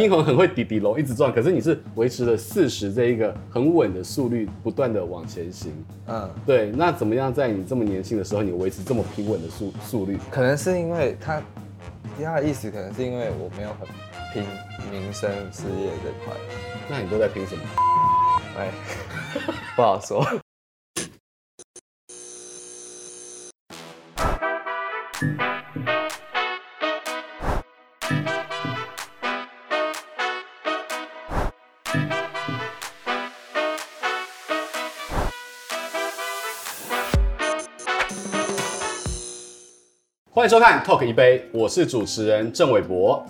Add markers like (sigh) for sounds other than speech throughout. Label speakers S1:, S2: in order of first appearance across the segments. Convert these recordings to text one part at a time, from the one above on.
S1: 英红很会底底楼一直转，可是你是维持了四十这一个很稳的速率，不断的往前行。
S2: 嗯，
S1: 对，那怎么样在你这么年轻的时候，你维持这么平稳的速速率？
S2: 可能是因为他，他的意思可能是因为我没有很拼民生事业这块，
S1: 那你都在拼什么？
S2: 哎， (laughs) 不好说。
S1: 欢迎收看《Talk 一杯》，我是主持人郑伟博。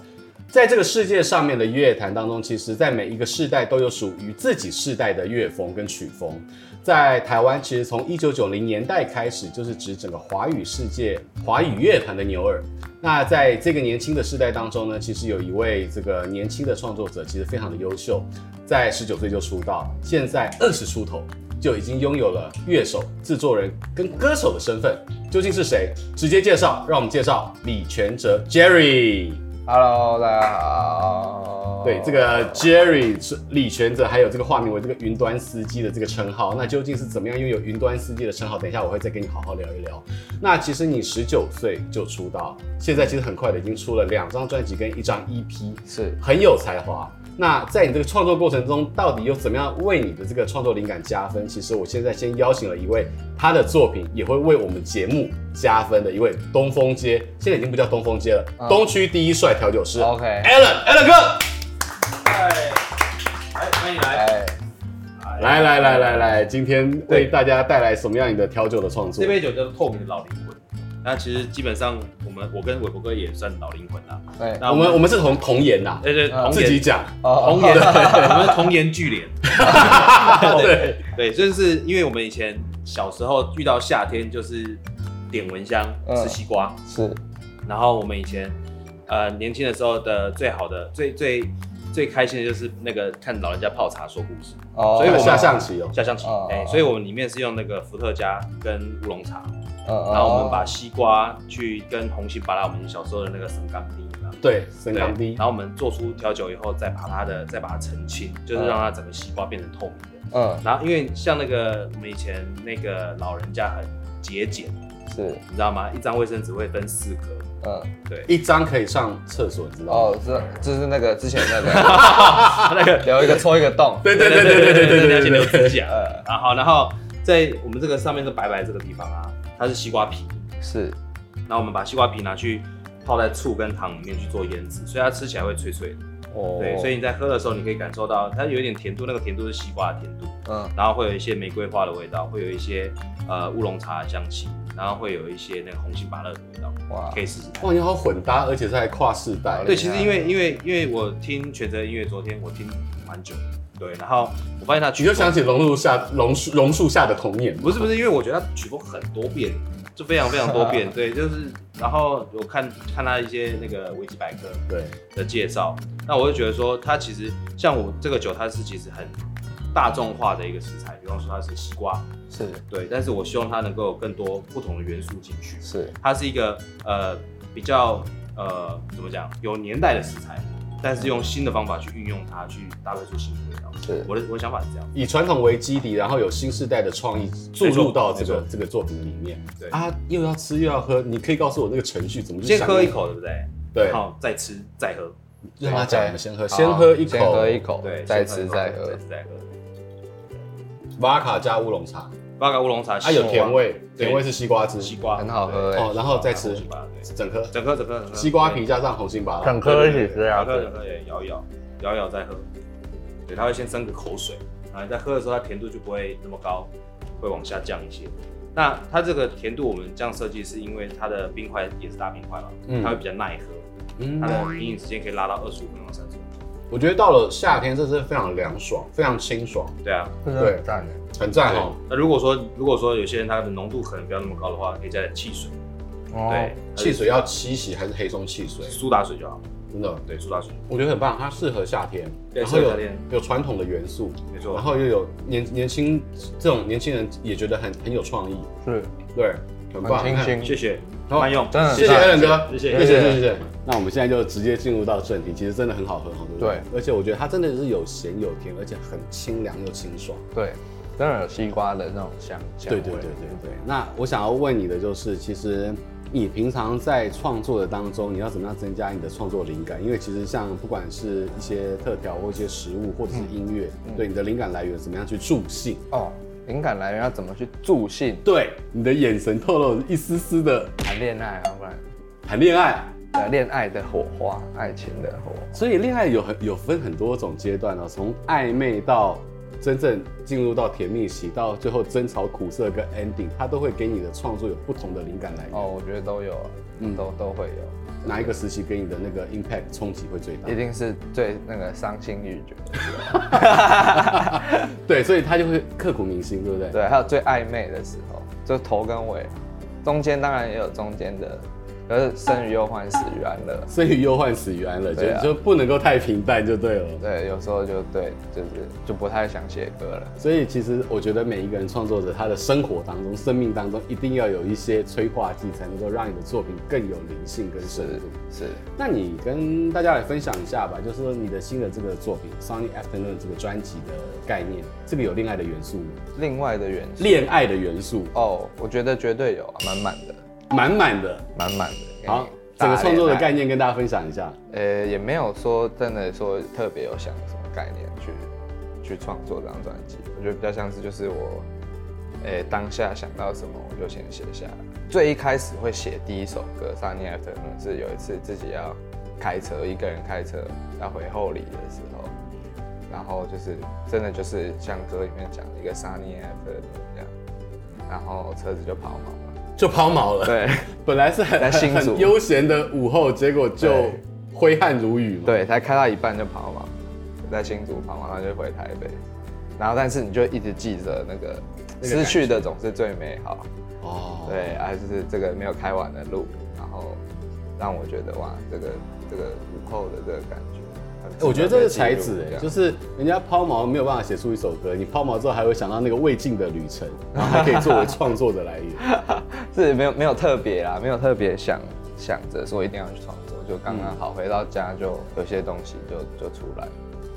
S1: 在这个世界上面的乐坛当中，其实，在每一个世代都有属于自己世代的乐风跟曲风。在台湾，其实从一九九零年代开始，就是指整个华语世界、华语乐坛的牛耳。那在这个年轻的世代当中呢，其实有一位这个年轻的创作者，其实非常的优秀，在十九岁就出道，现在二十出头就已经拥有了乐手、制作人跟歌手的身份。究竟是谁？直接介绍，让我们介绍李全哲 Jerry。
S2: Hello，大家好。
S1: 对，这个 Jerry 是李全哲，还有这个化名为这个云端司机的这个称号，那究竟是怎么样拥有云端司机的称号？等一下我会再跟你好好聊一聊。那其实你十九岁就出道，现在其实很快的已经出了两张专辑跟一张 EP，
S2: 是
S1: 很有才华。那在你这个创作过程中，到底又怎么样为你的这个创作灵感加分？其实我现在先邀请了一位，他的作品也会为我们节目加分的一位东风街，现在已经不叫东风街了，
S2: 嗯
S1: 东区第一帅调酒师
S2: OK
S1: Alan Alan 哥。
S3: 嗨，来欢迎来，
S2: 哎，
S1: 来来来来来，今天为大家带来什么样你的调酒的创作
S3: 这？杯酒叫做透明的老灵魂。那其实基本上我们我跟伟博哥也算老灵魂啦。
S2: 对，
S3: 那
S1: 我们我们是同童颜呐，
S3: 对对
S2: 啊
S3: 童
S1: 自己
S3: 颜
S1: 讲，
S2: 哎哦
S3: 童颜，我们是童颜巨
S1: (laughs)
S3: 脸。
S1: 对，
S3: 对，就是因为我们以前小时候遇到夏天就是点蚊香
S2: 嗯
S3: 吃西瓜，
S2: 是
S3: 然后我们以前呃年轻的时候的最好的最最最开心的就是那个看老人家泡茶说故事
S2: 哦
S3: 所以我们
S1: 下象棋哦，
S3: 下象棋
S2: 哦，
S3: 哎、所以我们里面是用那个伏特加跟乌龙茶。然
S2: 然
S3: 后我们把西瓜去跟红心巴拉，我们小时候的那个生钢滴，你知道吗
S1: 对，沈港
S3: 对
S1: 低
S3: 然，后我们做出调酒以后，再把它的再把它澄清，就是让它整个西瓜变成透明的。
S2: 嗯
S3: 然后因为像那个我们以前那个老人家很节俭，
S2: 是
S3: 你知道吗？一张卫生纸会分四格，
S2: 嗯
S3: 对，
S1: 一张可以上厕所，你知道吗？
S2: 哦，这就是那个之前那个
S3: (laughs) 那个
S2: 留一个戳一个洞，
S1: 对对对对对对
S3: 而且
S1: 对
S3: 留
S1: 对对，
S3: 指甲。
S2: 呃
S3: 然后然后在我们这个上面这个白白这个地方啊，它是西瓜皮，
S2: 是
S3: 然后我们把西瓜皮拿去泡在醋跟糖里面去做腌制，所以它吃起来会脆脆的。
S2: 哦
S3: 对，所以你在喝的时候，你可以感受到它有一点甜度，那个甜度是西瓜的甜度，
S2: 嗯
S3: 然后会有一些玫瑰花的味道，会有一些呃乌龙茶的香气，然后会有一些那个红心芭乐的味道，
S2: 哇
S3: 可以试试看。
S1: 哇，你好混搭，而且是还跨世代，
S3: 对，其实因
S1: 啊
S3: 为因为因为我听全泽音乐，昨天我听蛮久，对，然后我发现他
S1: 你
S3: 曲
S1: 就
S3: 风
S1: 想起榕树下榕树榕树下的童年，
S3: 不是不是，因为我觉得他曲风很多变，就非常非常多
S1: (laughs)
S3: 变，对，就是然后我看看他一些那个维基百科，
S1: 对，
S3: 的介绍，那我就觉得说，它其实像我这个酒，它是其实很大众化的一个食材，比方说它是西瓜，
S2: 是
S3: 对，但是我希望它能够有更多不同的元素进去，
S2: 是
S3: 它是一个呃比较呃怎么讲有年代的食材，但是用新的方法去运用它，去搭配出新的味道。
S2: 是
S3: 我的我的想法是这样，
S1: 以传统为基底，然后有新时代的创意注入到这个
S3: 没错
S1: 这个作品里面。
S3: 对
S1: 啊，又要吃又要喝，你可以告诉我那个程序怎么去
S3: 先
S1: 享
S3: 喝一
S1: 用，
S3: 口，对不对？
S1: 对，
S3: 然后再吃再喝，
S1: 让他讲，
S2: OK
S1: 我们先喝，先喝一口，
S2: 哦先喝一
S1: 哦
S2: 口，
S3: 对，
S2: 再吃
S3: 先喝一
S2: 再
S3: 口
S2: 喝
S3: 再，吃再喝。
S1: 瓦卡加乌龙茶，
S3: 八嘎乌龙茶，
S1: 它啊有甜味，
S3: 对
S1: 甜味是西瓜汁，
S3: 西瓜
S2: 很好喝
S3: 对
S2: 哎
S1: 哦，然后再吃
S3: 西瓜对
S1: 整颗
S3: 整颗整颗整颗
S1: 西瓜皮加上红心芭乐，
S4: 整颗一起吃
S3: 咬
S4: 啊，
S3: 个咬也摇一摇，摇一摇再喝。对，它会先生个口水，然后你在喝的时候，它甜度就不会那么高，会往下降一些。那它这个甜度我们这样设计，是因为它的冰块也是大冰块嘛，
S1: 嗯
S3: 它会比较耐喝，
S1: 嗯
S3: 它，的饮饮时间可以拉到二十五分钟到三十分钟。
S1: 我觉得到了夏天，这是非常凉爽，非常清爽，
S3: 对啊，
S4: 真的很赞耶
S2: 欸
S1: 很赞
S3: 对
S1: 哦。。
S3: 那如果说如果说有些人他的浓度可能不要那么高的话，可以加点汽水，对
S4: 哦，，
S3: 它
S1: 汽
S3: 是
S1: 水要七喜还是黑松汽水？
S3: 苏打水就好，
S1: 真的，
S3: 对，苏打水，
S1: 我觉得很棒，它适合夏天，
S3: 对
S1: 然后有
S3: 适合夏天
S1: 有传统的元素，
S3: 没错。
S1: 然后又有年年轻这种年轻人也觉得很很有创意，
S4: 是
S1: 对，很棒。
S4: 很清
S1: 你看
S4: 新，
S3: 谢谢，
S1: 好
S3: 慢用
S2: 真的，很
S1: 谢谢
S2: 赞
S1: a l 哥，
S3: 谢
S1: 谢
S3: 谢
S2: 谢
S1: 谢
S2: 谢
S1: 谢谢。那我们现在就直接进入到正题，其实真的很好喝，好对不对？
S2: 对
S1: 而且我觉得它真的是有咸有甜，而且很清凉又清爽。
S2: 对，真的有西瓜的那种香香
S1: 对
S2: 味。
S1: 对对对对。那我想要问你的就是，其实你平常在创作的当中，你要怎么样增加你的创作灵感？因为其实像不管是一些特调或一些食物，或者是音乐，对你的灵感来源怎么样去助兴？
S2: 哦，灵感来源要怎么去助兴
S1: 对，你的眼神透露一丝丝的
S2: 谈恋爱啊？不然
S1: 谈恋爱，啊
S2: 呃，恋爱的火花，爱情的火花。
S1: 所以恋爱有很有分很多种阶段哦，从暧昧到真正进入到甜蜜期，到最后争吵、苦涩跟 ending，它都会给你的创作有不同的灵感来源。
S2: 哦，我觉得都有啊，
S1: 嗯
S2: 都都会有，
S1: 哪一个时期给你的那个 impact 冲击会最大
S2: 一？定是最那个伤心欲绝，
S1: 对，所以他就会刻骨铭心，对不对？
S2: 对，啊还有最暧昧的时候，就头跟尾，中间当然也有中间的，可是生于忧患，死于安乐，
S1: 生于忧患，死于安乐，就、
S2: 对啊
S1: 就不能够太平淡就对了。
S2: 对，有时候就对，就是就不太想写歌了，
S1: 所以其实我觉得每一个人创作者，他的生活当中、生命当中，一定要有一些催化剂，才能够让你的作品更有灵性跟深
S2: 是
S1: 度。
S2: 是，
S1: 那你跟大家来分享一下吧，就是说你的新的这个作品《Sunny Afternoon》这个专辑的概念，这个有恋爱的元素吗？
S2: 另外的元素
S1: 恋爱的元素
S2: 哦，我觉得绝对有啊，满满的，
S1: 满满的。
S2: 满满的。
S1: 好
S2: 给你，
S1: 整个创作的
S2: 大
S1: 概念跟大家分享一下。
S2: 呃，也没有说真的说特别有想什么概念去去创作这张专辑，我觉得比较像是就是我，呃，当下想到什么我就先写下来。最一开始会写第一首歌《三年 After》，是有一次自己要开车，一个人开车要回后里的时候，然后就是真的就是像歌里面讲的一个《三年 After》这样，然后车子就跑跑了。
S1: 就抛锚了，
S2: 对
S1: 本来是很
S2: 在新
S1: 很
S2: 竹
S1: 很悠闲的午后，结果就
S2: 对
S1: 挥汗如雨嘛。，
S2: 对，才开到一半就跑嘛，在新竹跑嘛，然后就回台北，然后但是你就一直记着那个
S1: 那个
S2: 失去的总是最美好，
S1: 哦，
S2: 对，啊就是这个没有开完的路，然后让我觉得哇，这个这个午后的这个感觉很值得被记录，
S1: 我觉得这是才子
S2: 这
S1: 哎，
S2: 样
S1: 就是人家抛锚没有办法写出一首歌，你抛锚之后还会想到那个未尽的旅程，然后还可以作为创作的来源。
S2: 是没有没有特别啦，没有特别想想着说一定要去创作，就刚刚好回到家就有些东西就就出来了。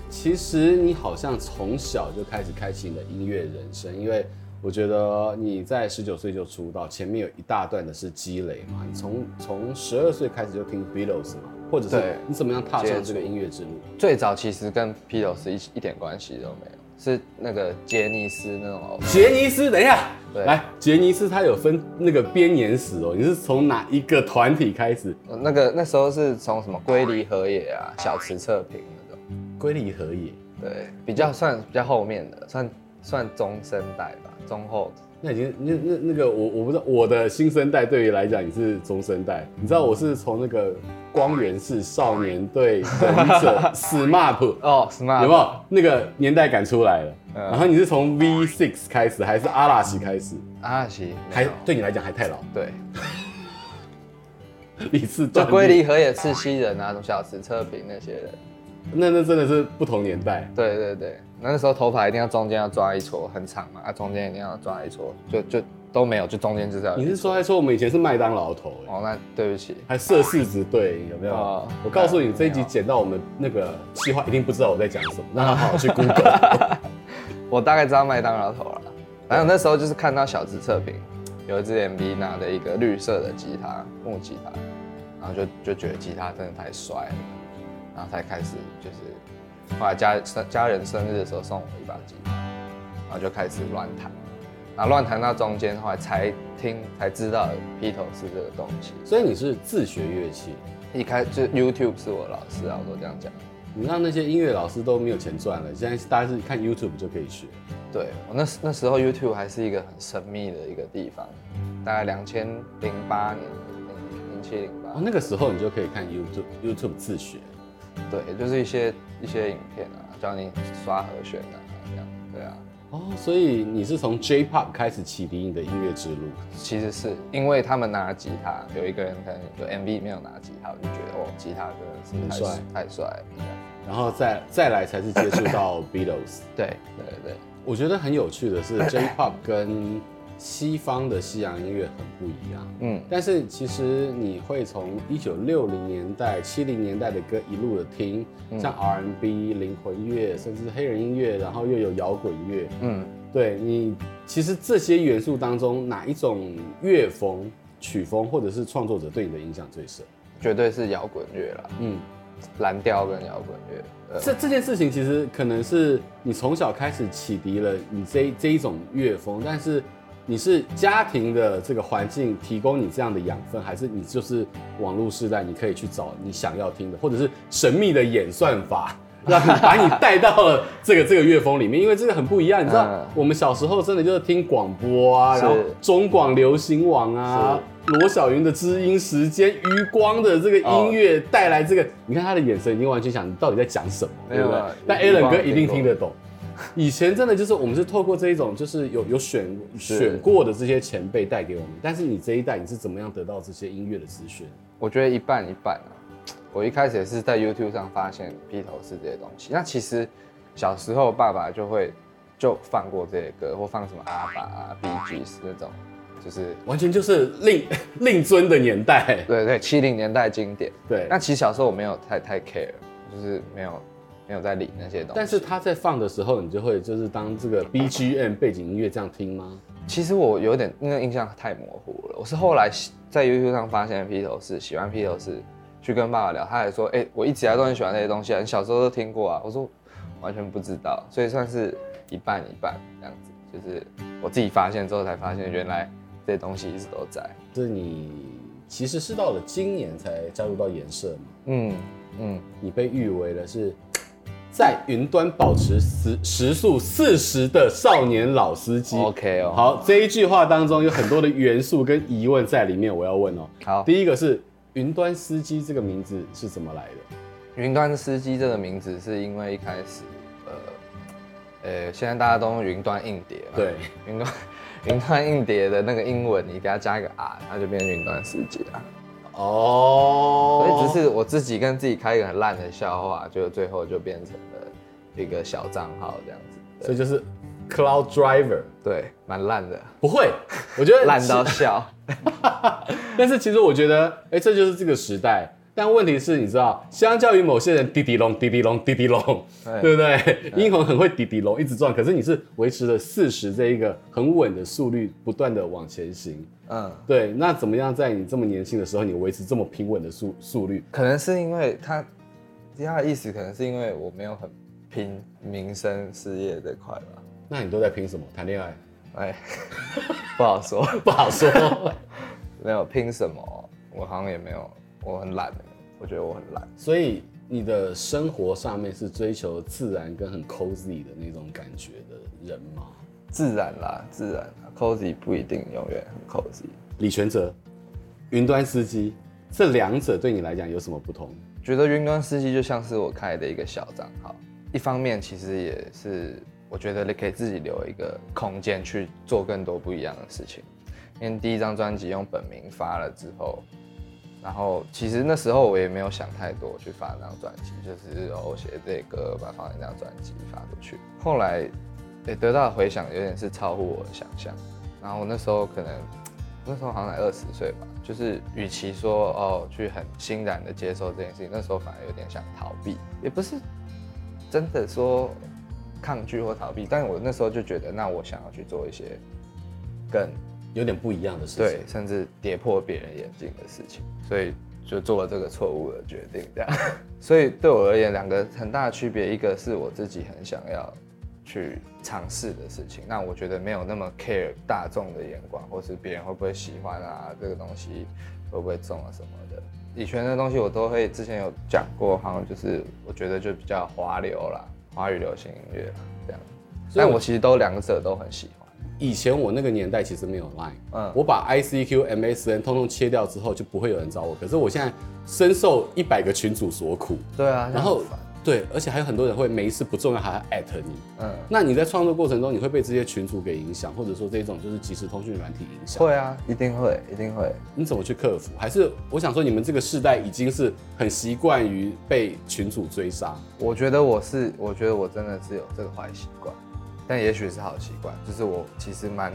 S1: 其实你好像从小就开始开启你的音乐人生，因为我觉得你在十九岁就出道，前面有一大段的是积累嘛。
S2: 嗯
S1: 你从从十二岁开始就听 Beatles 嘛，或者是
S2: 对
S1: 你怎么样踏上
S2: 接
S1: 这
S2: 触
S1: 个音乐之路？
S2: 最早其实跟披头士一一点关系都没有，是那个杰尼斯那种偶像
S1: 杰尼斯，等一下，
S2: 对
S1: 来，杰尼斯他有分那个编年史哦，你是从哪一个团体开始？
S2: 呃那个那时候是从什么龟梨和也啊、小池测评那种，
S1: 龟梨和也，
S2: 对，比较算比较后面的，算算中生代吧，中后
S1: 那已经那那那个我我不知道我的新生代对于来讲你是中生代，你知道我是从那个光源氏少年队忍者
S2: (laughs)
S1: SMAP
S2: 哦，smart
S1: 有没有那个年代感出来了？
S2: 嗯
S1: 然后你是从 V6 开始还是阿拉西开始？
S2: 阿西
S1: 还
S2: 啊没有
S1: 对你来讲还太老， (laughs)
S2: 对，
S1: 你是
S2: 就龟梨和也、赤西仁啊、小池测评那些人，
S1: 那那真的是不同年代。
S2: 对对对，那时候头发一定要中间要抓一撮，很长嘛，啊中间一定要抓一撮，就就都没有，就中间就是要有
S1: 你是说还说我们以前是麦当劳头、欸？
S2: 啊哦，那对不起，
S1: 还涉世之对，有没有？
S2: 哦
S1: 我告诉你，
S2: 没有
S1: 这一集剪到我们那个计划，一定不知道我在讲什么，让他好好去
S2: (laughs)
S1: Google。
S2: 我大概知道麦当劳头了。然后那时候就是看到小资测评有一支 MV 拿的一个绿色的吉他木吉他，然后就就觉得吉他真的太帅了，然后才开始就是后来家家人生日的时候送我一把吉他，然后就开始乱弹，然后乱弹到中间，后来才听才知道披头士这个东西。
S1: 所以你是自学乐器，
S2: 一开就 YouTube 是我老师啊，我都这样讲。
S1: 你让那些音乐老师都没有钱赚了，现在大家是看 YouTube 就可以学。
S2: 对我那时那时候 YouTube 还是一个很神秘的一个地方，大概两千零八年、零零七零
S1: 哦，
S2: 八，
S1: 那个时候你就可以看 YouTube YouTube 自学。
S2: 对，就是一些一些影片啊，教你刷和弦啊，这样，对啊，
S1: 哦，所以你是从 J-Pop 开始启迪你的音乐之路。
S2: 其实是因为他们拿吉他，有一个人可能有 MV 里面有拿吉他，我就觉得哦，吉他真的是太
S1: 很
S2: 太帅了，这样
S1: 然后再再来才是接触到 (coughs) Beatles。
S2: 对对对，
S1: 我觉得很有趣的是 J-Pop 跟西方的西洋音乐很不一样。
S2: 嗯，
S1: 但是其实你会从一九六零年代、七零年代的歌一路的听，像 R&B、灵魂乐，甚至黑人音乐，然后又有摇滚乐。
S2: 嗯，
S1: 对你，其实这些元素当中，哪一种乐风、曲风或者是创作者对你的影响最深？
S2: 绝对是摇滚乐啦，
S1: 嗯，
S2: 蓝调跟摇滚乐。呃，
S1: 这这件事情其实可能是你从小开始启迪了你这这一种乐风，但是你是家庭的这个环境提供你这样的养分，还是你就是网络时代你可以去找你想要听的，或者是神秘的演算法？
S2: (laughs)
S1: 让你把你带到了这个这个乐风里面，因为这个很不一样。你知道
S2: 嗯，
S1: 我们小时候真的就是听广播啊，
S2: 是
S1: 然后中广流行网啊，罗小云的知音时间，余光的这个音乐带来这个，你看他的眼神已经完全想你到底在讲什么。对不
S2: 哦没
S1: 对
S2: 有啊？
S1: 但
S2: 有地
S1: Alan
S2: 方
S1: 哥一定
S2: 听过
S1: 听得懂。以前真的就是我们是透过这一种，就是有有选
S2: 是
S1: 选过的这些前辈带给我们，但是你这一代你是怎么样得到这些音乐的资讯？
S2: 我觉得一半一半啊。我一开始也是在 YouTube 上发现披头士这些东西。那其实小时候爸爸就会就放过这些歌，或放什么阿爸啊、B G S 那种，就是
S1: 完全就是 (laughs) 令令尊的年
S2: (laughs)
S1: 代。
S2: 对对七零年代经典。
S1: 对，
S2: 那其实小时候我没有太太 care，就是没有没有在理那些东西。
S1: 但是他在放的时候，你就会就是当这个
S2: 嗯
S1: BGM 背景音乐这样听吗？
S2: 其实我有点那个印象太模糊了，我是后来喜在 YouTube 上发现披头士，喜欢披头士，去跟爸爸聊，他还说，哎、我一直以来都很喜欢那些东西啊，你小时候都听过啊？我说完全不知道，所以算是一半一半这样子，就是我自己发现之后才发现，原来这些东西一直都在。
S1: 就是你其实是到了今年才加入到颜社嘛，
S2: 嗯嗯，
S1: 你被誉为了是在云端保持时时速四十的少年老司机。
S2: OK 哦
S1: 好，这一句话当中有很多的元素跟疑问在里面，我要问哦。
S2: 好，
S1: 第一个是云端司机这个名字是怎么来的？
S2: 云端司机这个名字是因为一开始，呃，呃，现在大家都用云端硬碟嘛， (laughs)
S1: 对，
S2: 云端云端硬碟的那个英文，你给它加一个 R，它就变成云端司机了。所以
S1: 哦，
S2: 只是我自己跟自己开一个很烂的笑话，就最后就变成了一个小账号这样子。
S1: 所以就是 Cloud Driver。
S2: 对，蛮烂的，
S1: 不会，我觉得
S2: 烂到笑。
S1: (laughs) 但是其实我觉得，哎、这就是这个时代。但问题是，你知道，相较于某些人滴滴隆、滴滴隆、滴滴隆，对
S2: 对
S1: 不对？英红很会滴滴隆，一直转，可是你是维持了四十这一个很稳的速率，不断的往前行。
S2: 嗯，
S1: 对，那怎么样在你这么年轻的时候，你维持这么平稳的速速率？
S2: 可能是因为他，他的意思可能是因为我没有很拼民生事业这块吧。
S1: 那你都在拼什么？谈恋爱？ (laughs)
S2: 哎， (laughs) 不好说，
S1: 不好说。
S2: 没有拼什么，我好像也没有，我很懒的，欸我觉得我很懒。
S1: 所以你的生活上面是追求自然跟很 cozy 的那种感觉的人吗？
S2: 自然啦，自然啦，cozy 不一定永远很 cozy。
S1: 李全哲、云端司机这两者对你来讲有什么不同？
S2: 觉得云端司机就像是我开的一个小账号，一方面其实也是我觉得给自己留一个空间去做更多不一样的事情。因为第一张专辑用本名发了之后，然后其实那时候我也没有想太多去发那张专辑，就是哦我写这歌，把它放在那张专辑发出去。后来也得到的回响有点是超乎我的想象。然后我那时候可能那时候好像才二十岁吧，就是与其说哦去很欣然的接受这件事情，那时候反而有点想逃避，也不是真的说抗拒或逃避，但我那时候就觉得，那我想要去做一些更
S1: 有点不一样的事
S2: 对
S1: 情。，
S2: 甚至跌破别人眼镜的事情，所以就做了这个错误的决定，这样。 (laughs) 所以对我而言，两个很大的区别，一个是我自己很想要去尝试的事情，那我觉得没有那么 care 大众的眼光，或是别人会不会喜欢啊，这个东西会不会中啊什么的。以前的东西我都会之前有讲过，好像就是我觉得就比较华流啦，华语流行音乐啦这样。
S1: 所以
S2: 但
S1: 我
S2: 我其实都两者都很喜欢。
S1: 以前我那个年代其实没有 Line，
S2: 嗯
S1: 我把 ICQ、MSN 通通切掉之后，就不会有人找我。可是我现在深受一百个群主所苦，
S2: 对啊，
S1: 然后
S2: 这样很烦
S1: 对，而且还有很多人会每一次不重要还要艾特你。
S2: 嗯。
S1: 那你在创作过程中，你会被这些群主给影响，或者说这种就是即时通讯软体影响？
S2: 会啊，一定会，一定会。
S1: 你怎么去克服？还是我想说，你们这个世代已经是很习惯于被群主追杀。
S2: 我觉得我是，我觉得我真的是有这个坏习惯，但也许是好习惯，就是我其实蛮，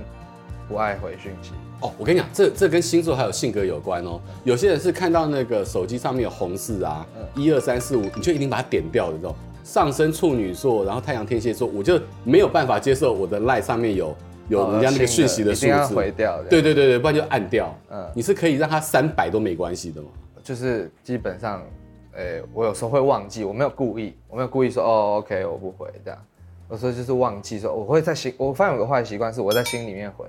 S2: 不爱回讯息。
S1: 哦，我跟你讲，这这跟星座还有性格有关哦。有些人是看到那个手机上面有红字啊，
S2: 嗯
S1: 一二三四五，你就一定把它点掉的这种。上升处女座，然后太阳天蝎座，我就没有办法接受我的 line 上面有
S2: 哦
S1: 有人家那个讯息的
S2: 呃一
S1: 数
S2: 定要
S1: 字。
S2: 回掉。这样
S1: 对，对对对，不然就按掉。
S2: 嗯
S1: 你是可以让它三百都没关系的嘛？
S2: 就是基本上，诶、我有时候会忘记，我没有故意，我没有故意说哦，OK，我不回这样。有时候就是忘记说，我会在心，我发现有个坏习惯是我在心里面回，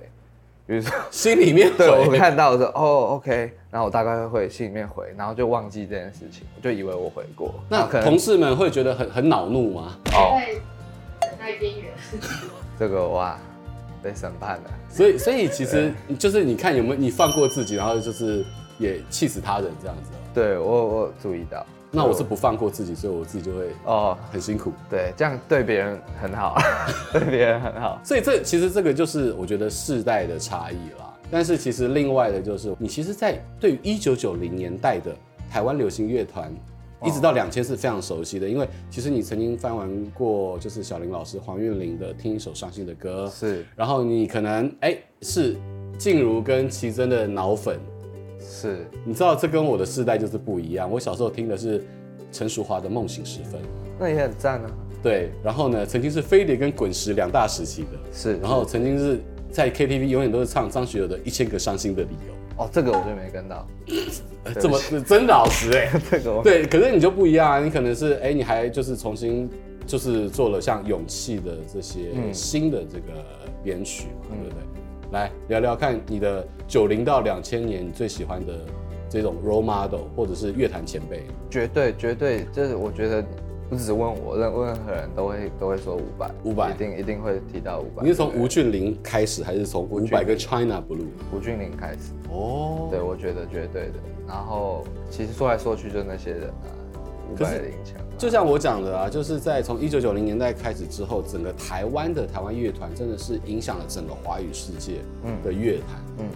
S2: 比如
S1: (laughs)
S2: 说，
S1: 心里面
S2: 对我
S1: 会
S2: 看到说哦，OK，然后我大概会会心里面回，然后就忘记这件事情，我就以为我回过，然
S1: 那
S2: 后可
S1: 同
S2: 能
S1: 事们会觉得很很恼怒吗？
S2: 哦，
S4: 在等待边缘。
S2: 这个哇，被审判了。
S1: 所以所以其实就是你看有没有你放过自己，然后就是也气死他人这样子。
S2: 对我我注意到，
S1: 那我是不放过自己，所以我自己就会
S2: 哦，
S1: 很辛苦。
S2: 对，这样对别人很好， (laughs) 对别人很好。
S1: 所以这其实这个就是我觉得世代的差异啦。但是其实另外的就是，你其实，在对于一九九零年代的台湾流行乐团，一直到两千是非常熟悉的，因为其实你曾经翻完过，就是小林老师黄韵玲的《听一首伤心的歌》，
S2: 是
S1: 然后你可能哎、是静茹跟奇珍的脑粉，
S2: 是，
S1: 你知道这跟我的世代就是不一样。我小时候听的是陈淑桦的《梦醒时分》，
S2: 那也很赞啊。
S1: 对，然后呢，曾经是飞碟跟滚石两大时期的。
S2: 是，
S1: 然后曾经是在 KTV 永远都是唱张学友的《一千个伤心的理由
S2: 哦，这个我就没跟到，》 (laughs)
S1: 呃，
S2: 对
S1: 这么真老实哎、
S2: (laughs) 这个我
S1: 对，可是你就不一样啊，你可能是哎、你还就是重新就是做了像勇气的这些
S2: 嗯
S1: 新的这个编曲嘛，对不对？来聊聊看你的九零到两千年你最喜欢的这种 role model 或者是乐坛前辈，
S2: 绝对绝对，就是我觉得不只是问我，任任何人都会都会说伍佰，
S1: 伍佰
S2: 一定一定会提到伍佰。
S1: 你是从
S2: 对
S1: 吴俊霖开始还是从伍佰跟 China Blue？
S2: 吴俊霖开始，
S1: 哦，
S2: 对我觉得绝对的。然后其实说来说去就那些人啊，伍
S1: 可
S2: 佰
S1: 是
S2: 林强啊，
S1: 就像我讲的啊，就是在从一九九零年代开始之后，整个台湾的台湾乐团真的是影响了整个华语世界的乐坛。
S2: 嗯，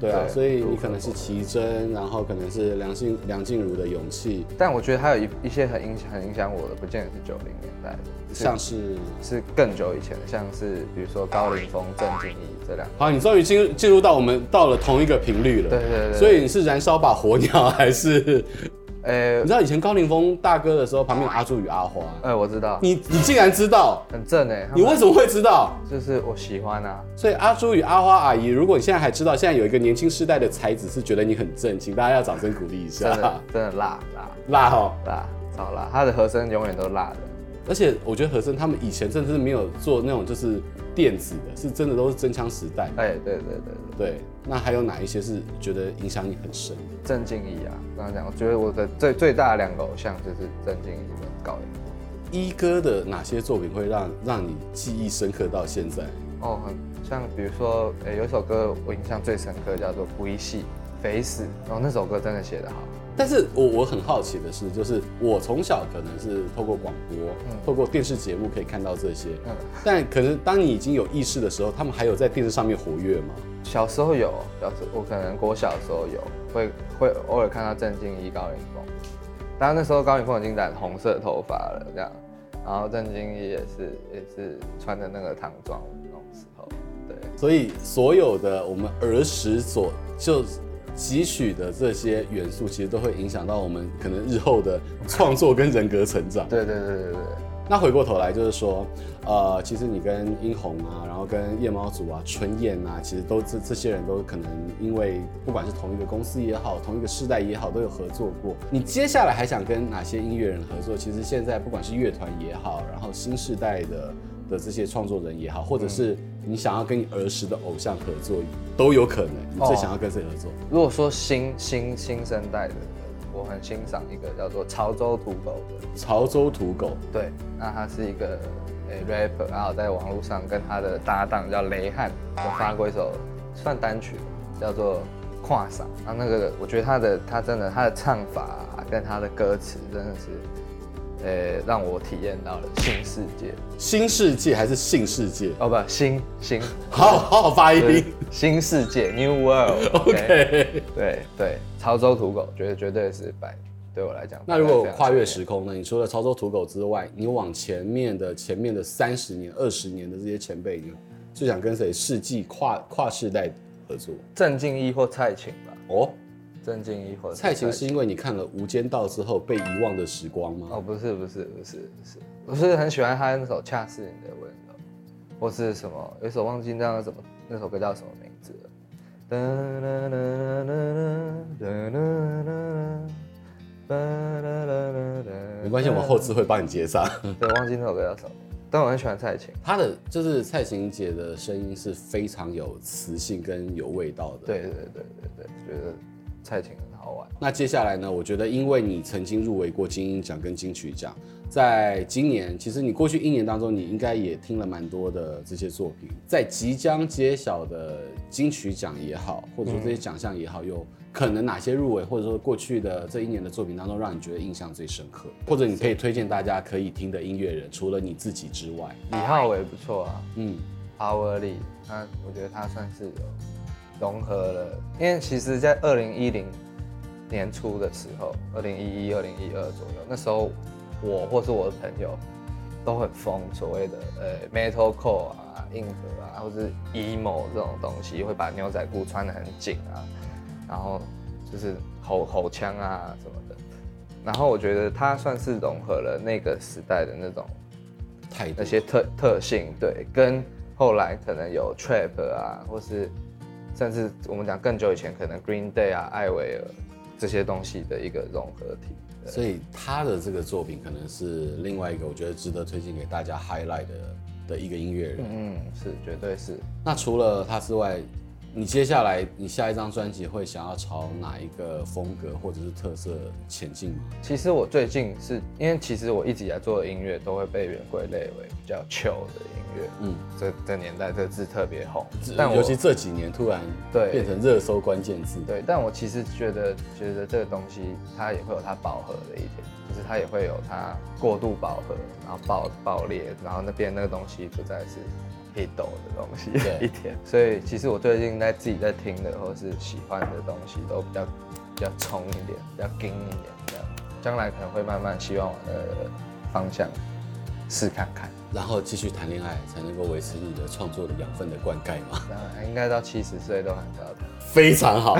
S1: 对啊，
S2: 对
S1: 所以你可能是奇珍，然后可能是梁静梁静茹的《勇气
S2: 但我觉得还有一一些很影响很影响我的，不见得是九零年代的，》，是
S1: 像是
S2: 是更久以前的，像是比如说高凌风、郑敬义这两个。
S1: 好，你终于进入进入到我们到了同一个频率了。
S2: 对对对
S1: 所以你是燃烧吧火鸟还是？
S2: 呃
S1: 你知道以前高凌风大哥的时候，旁边有阿朱与阿花，
S2: 呃，我知道，
S1: 你你竟然知道？
S2: 很正哎、
S1: 你为什么会知道？
S2: 就是我喜欢 (laughs) 啊，
S1: 所以阿朱与阿花阿姨，如果你现在还知道，现在有一个年轻世代的才子是觉得你很正，请大家要掌声鼓励一
S2: 真的
S1: 下。
S2: 真的辣辣
S1: (laughs) 辣哦！
S2: 辣，超辣，他的和声永远都辣的，
S1: 而且我觉得和声他们以前真的是没有做那种就是电子的，是真的都是真枪实弹。
S2: 哎，对对对对，
S1: 对，那还有哪一些是觉得影响你很深的？
S2: 郑敬义啊，刚刚讲，我觉得我的最最大的两个偶像就是郑敬义跟高凌风，
S1: 一哥的哪些作品会让让你记忆深刻到现在？
S2: 哦，很像比如说，哎，有一首歌我印象最深刻，叫做《不一系肥死》，然后那首歌真的写得好，
S1: 但是我我很好奇的是，就是我从小可能是透过广播、透过电视节目可以看到这些，
S2: 嗯
S1: 但可能当你已经有意识的时候，他们还有在电视上面活跃吗？
S2: 小时候有，小时我可能国小的时候有，会会偶尔看到郑敬义、高凌风，当然那时候高凌风已经染红色头发了，这样，然后郑敬义也是也是穿着那个唐装那种时候，对，
S1: 所以所有的我们儿时所就汲取的这些元素，其实都会影响到我们可能日后的创作跟人格成长。
S2: 对对对对对，
S1: 那回过头来就是说，呃，其实你跟殷红啊，然后跟夜猫族啊、春燕啊，其实都这这些人都可能因为不管是同一个公司也好，同一个世代也好，都有合作过。你接下来还想跟哪些音乐人合作？其实现在不管是乐团也好，然后新时代的的这些创作人也好，或者是你想要跟你儿时的偶像合作，都有可能。你最
S2: 哦
S1: 想要跟谁合作？
S2: 如果说新新新生代的，我很欣赏一个叫做潮州土狗的，
S1: 潮州土狗，
S2: 对，那他是一个诶、rapper，然后在网络上跟他的搭档叫雷汉，有发过一首算单曲，叫做《跨嗓》。啊，那个我觉得他的他真的他的唱法啊、跟他的歌词真的是，呃、让我体验到了新世界
S1: 新世界还是性世界？
S2: 哦，不，新新
S1: 好好好发 (laughs)
S2: 对
S1: 音。
S2: 新世界 New
S1: (laughs)
S2: World。
S1: OK。
S2: 对对，潮州土狗绝对绝对是百，对我来讲。
S1: 那如果
S2: 非常
S1: 跨越
S2: 常
S1: 时空呢？你除了潮州土狗之外，你往前面的前面的三十年、二十年的这些前辈呢，最想跟谁世纪跨跨世代合作？
S2: 郑敬一或蔡琴吧，
S1: 哦，
S2: 郑敬一或者
S1: 蔡琴是因为你看了《无间道》之后被遗忘的时光吗？
S2: 哦，不是不是不是不是，我是很喜欢他那首《恰似你的温柔》，或是什么，有一首忘记那个怎么那首歌叫什么名字了。哒啦啦啦啦啦啦啦啦啦啦啦啦
S1: 没关系，我们后置会帮你接 (laughs) 上。
S2: 对，忘记那首歌叫什么，但我很喜欢蔡琴。
S1: 她的就是蔡琴姐的声音是非常有磁性跟有味道的。
S2: 对对对对对，觉得蔡琴很好玩。
S1: 那接下来呢？我觉得，因为你曾经入围过金鹰奖跟金曲奖，在今年，其实你过去一年当中，你应该也听了蛮多的这些作品。在即将揭晓的金曲奖也好，或者说这些奖项也好，有可能哪些入围，或者说过去的这一年的作品当中，让你觉得印象最深刻，或者你可以推荐大家可以听的音乐人，除了你自己之外，
S2: 李浩伟不错啊，
S1: 嗯，
S2: 阿威利，他我觉得他算是有融合了，因为其实，在二零一零年初的时候，二零一一、二零一二左右，那时候我或是我的朋友都很疯所谓的呃 metalcore 啊、硬核啊，或是 emo 这种东西，会把牛仔裤穿得很紧啊，然后就是吼吼腔啊什么的。然后我觉得他算是融合了那个时代的那种
S1: 太多
S2: 那些特特性，对，跟后来可能有 trap 啊，或是甚至我们讲更久以前可能 Green Day 啊、艾薇儿这些东西的一个融合体。对
S1: 所以他的这个作品可能是另外一个我觉得值得推荐给大家 highlight 的的一个音乐人。
S2: 嗯，是，绝对是。
S1: 那除了他之外，你接下来你下一张专辑会想要朝哪一个风格或者是特色前进吗？
S2: 其实我最近是因为其实我一直以来做的音乐都会被人归类为比较 chill 的音乐，
S1: 嗯，
S2: 这这年代这字特别红，但
S1: 但
S2: 我
S1: 尤其这几年突然
S2: 对
S1: 变成热搜关键字，
S2: 对，但我其实觉得，觉得这个东西它也会有它饱和的一天，就是它也会有它过度饱和，然后爆爆裂，然后那边那个东西不再是 h i t 的东西
S1: 对
S2: 一天。所以其实我最近在自己在听的或是喜欢的东西都比较比较冲一点，比较硬一点，这样将来可能会慢慢希望往那个方向试看看。
S1: 然后继续谈恋爱才能够维持你的创作的养分的灌溉吗？ (laughs)
S2: 当然，应该到七十岁都还是要谈。
S1: 非常
S2: (laughs)
S1: 好。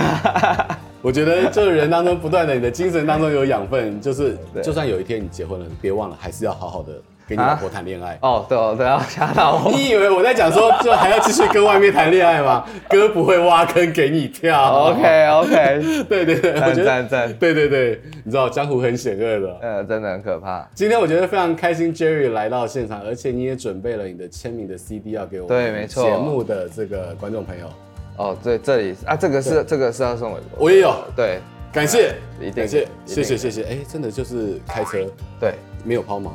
S1: 我觉得这个人当中不断的你的精神当中有养分，就是
S2: 对
S1: 就算有一天你结婚了，别忘了还是要好好的跟你老婆谈恋爱。
S2: 哦，对哦，对哦，吓到 (laughs) 我。
S1: 你以为我在讲说就还要继续跟外面谈恋爱吗？哥不会挖坑给你跳。
S2: OK (laughs) OK，
S1: (laughs) 对对对，我
S2: 赞
S1: 觉得
S2: 赞赞。
S1: 对对对，你知道江湖很险恶的。
S2: 呃，真的很可怕。
S1: 今天我觉得非常开心，Jerry 来到现场，而且你也准备了你的签名的 CD 要给我们
S2: 对没错
S1: 节目的这个观众朋友，
S2: 哦，对，这里啊，这个是这个是要送给
S1: 我也有，
S2: 对
S1: 感谢，
S2: 啊一定
S1: 感谢，
S2: 一定
S1: 谢谢谢谢，哎，真的就是开车
S2: 对
S1: 没有抛锚，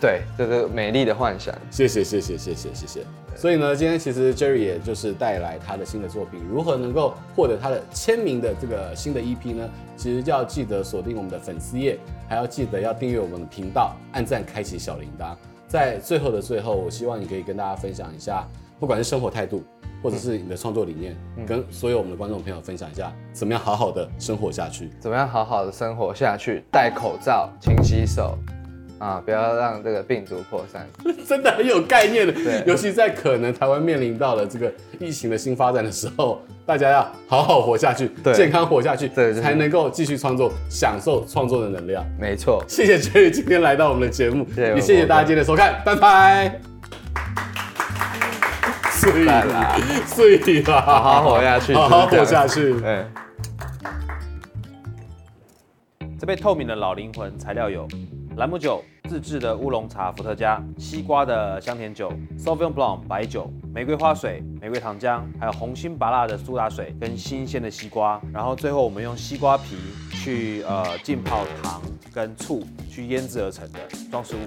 S2: 对，这是美丽的幻想。
S1: 谢谢谢谢谢谢谢谢。所以呢，今天其实 Jerry 也就是带来他的新的作品，如何能够获得他的签名的这个新的 EP 呢？其实要记得锁定我们的粉丝页，还要记得要订阅我们的频道，按赞，开启小铃铛。在最后的最后，我希望你可以跟大家分享一下，不管是生活态度，或者是你的创作理念，跟所有我们的观众朋友分享一下，怎么样好好的生活下去。
S2: 怎么样好好的生活下去？戴口罩，勤洗手，啊，不要让这个病毒扩散。
S1: 真的很有概念的
S2: 对，
S1: 尤其在可能台湾面临到了这个疫情的新发展的时候，大家要好好活下去，
S2: 对
S1: 健康活下去，
S2: 对对对
S1: 才能够继续创作，享受创作的能量。
S2: 没错。
S1: 谢谢 Jerry 今天来到我们的节目，
S2: 谢谢
S1: 也谢谢大家今天的收看，拜拜。所以
S2: 拜啦，
S1: 所以啦，好
S2: 好活下去
S1: (laughs) 好好活
S2: 就是这样
S1: 下去。
S2: 对。
S3: 这杯透明的老灵魂材料有兰姆酒、自制的乌龙茶伏特加、西瓜的香甜酒、Sauvignon Blanc 白酒、玫瑰花水、玫瑰糖浆，还有红心拔辣的苏打水跟新鲜的西瓜。然后最后我们用西瓜皮去呃浸泡糖跟醋去腌制而成的装饰物。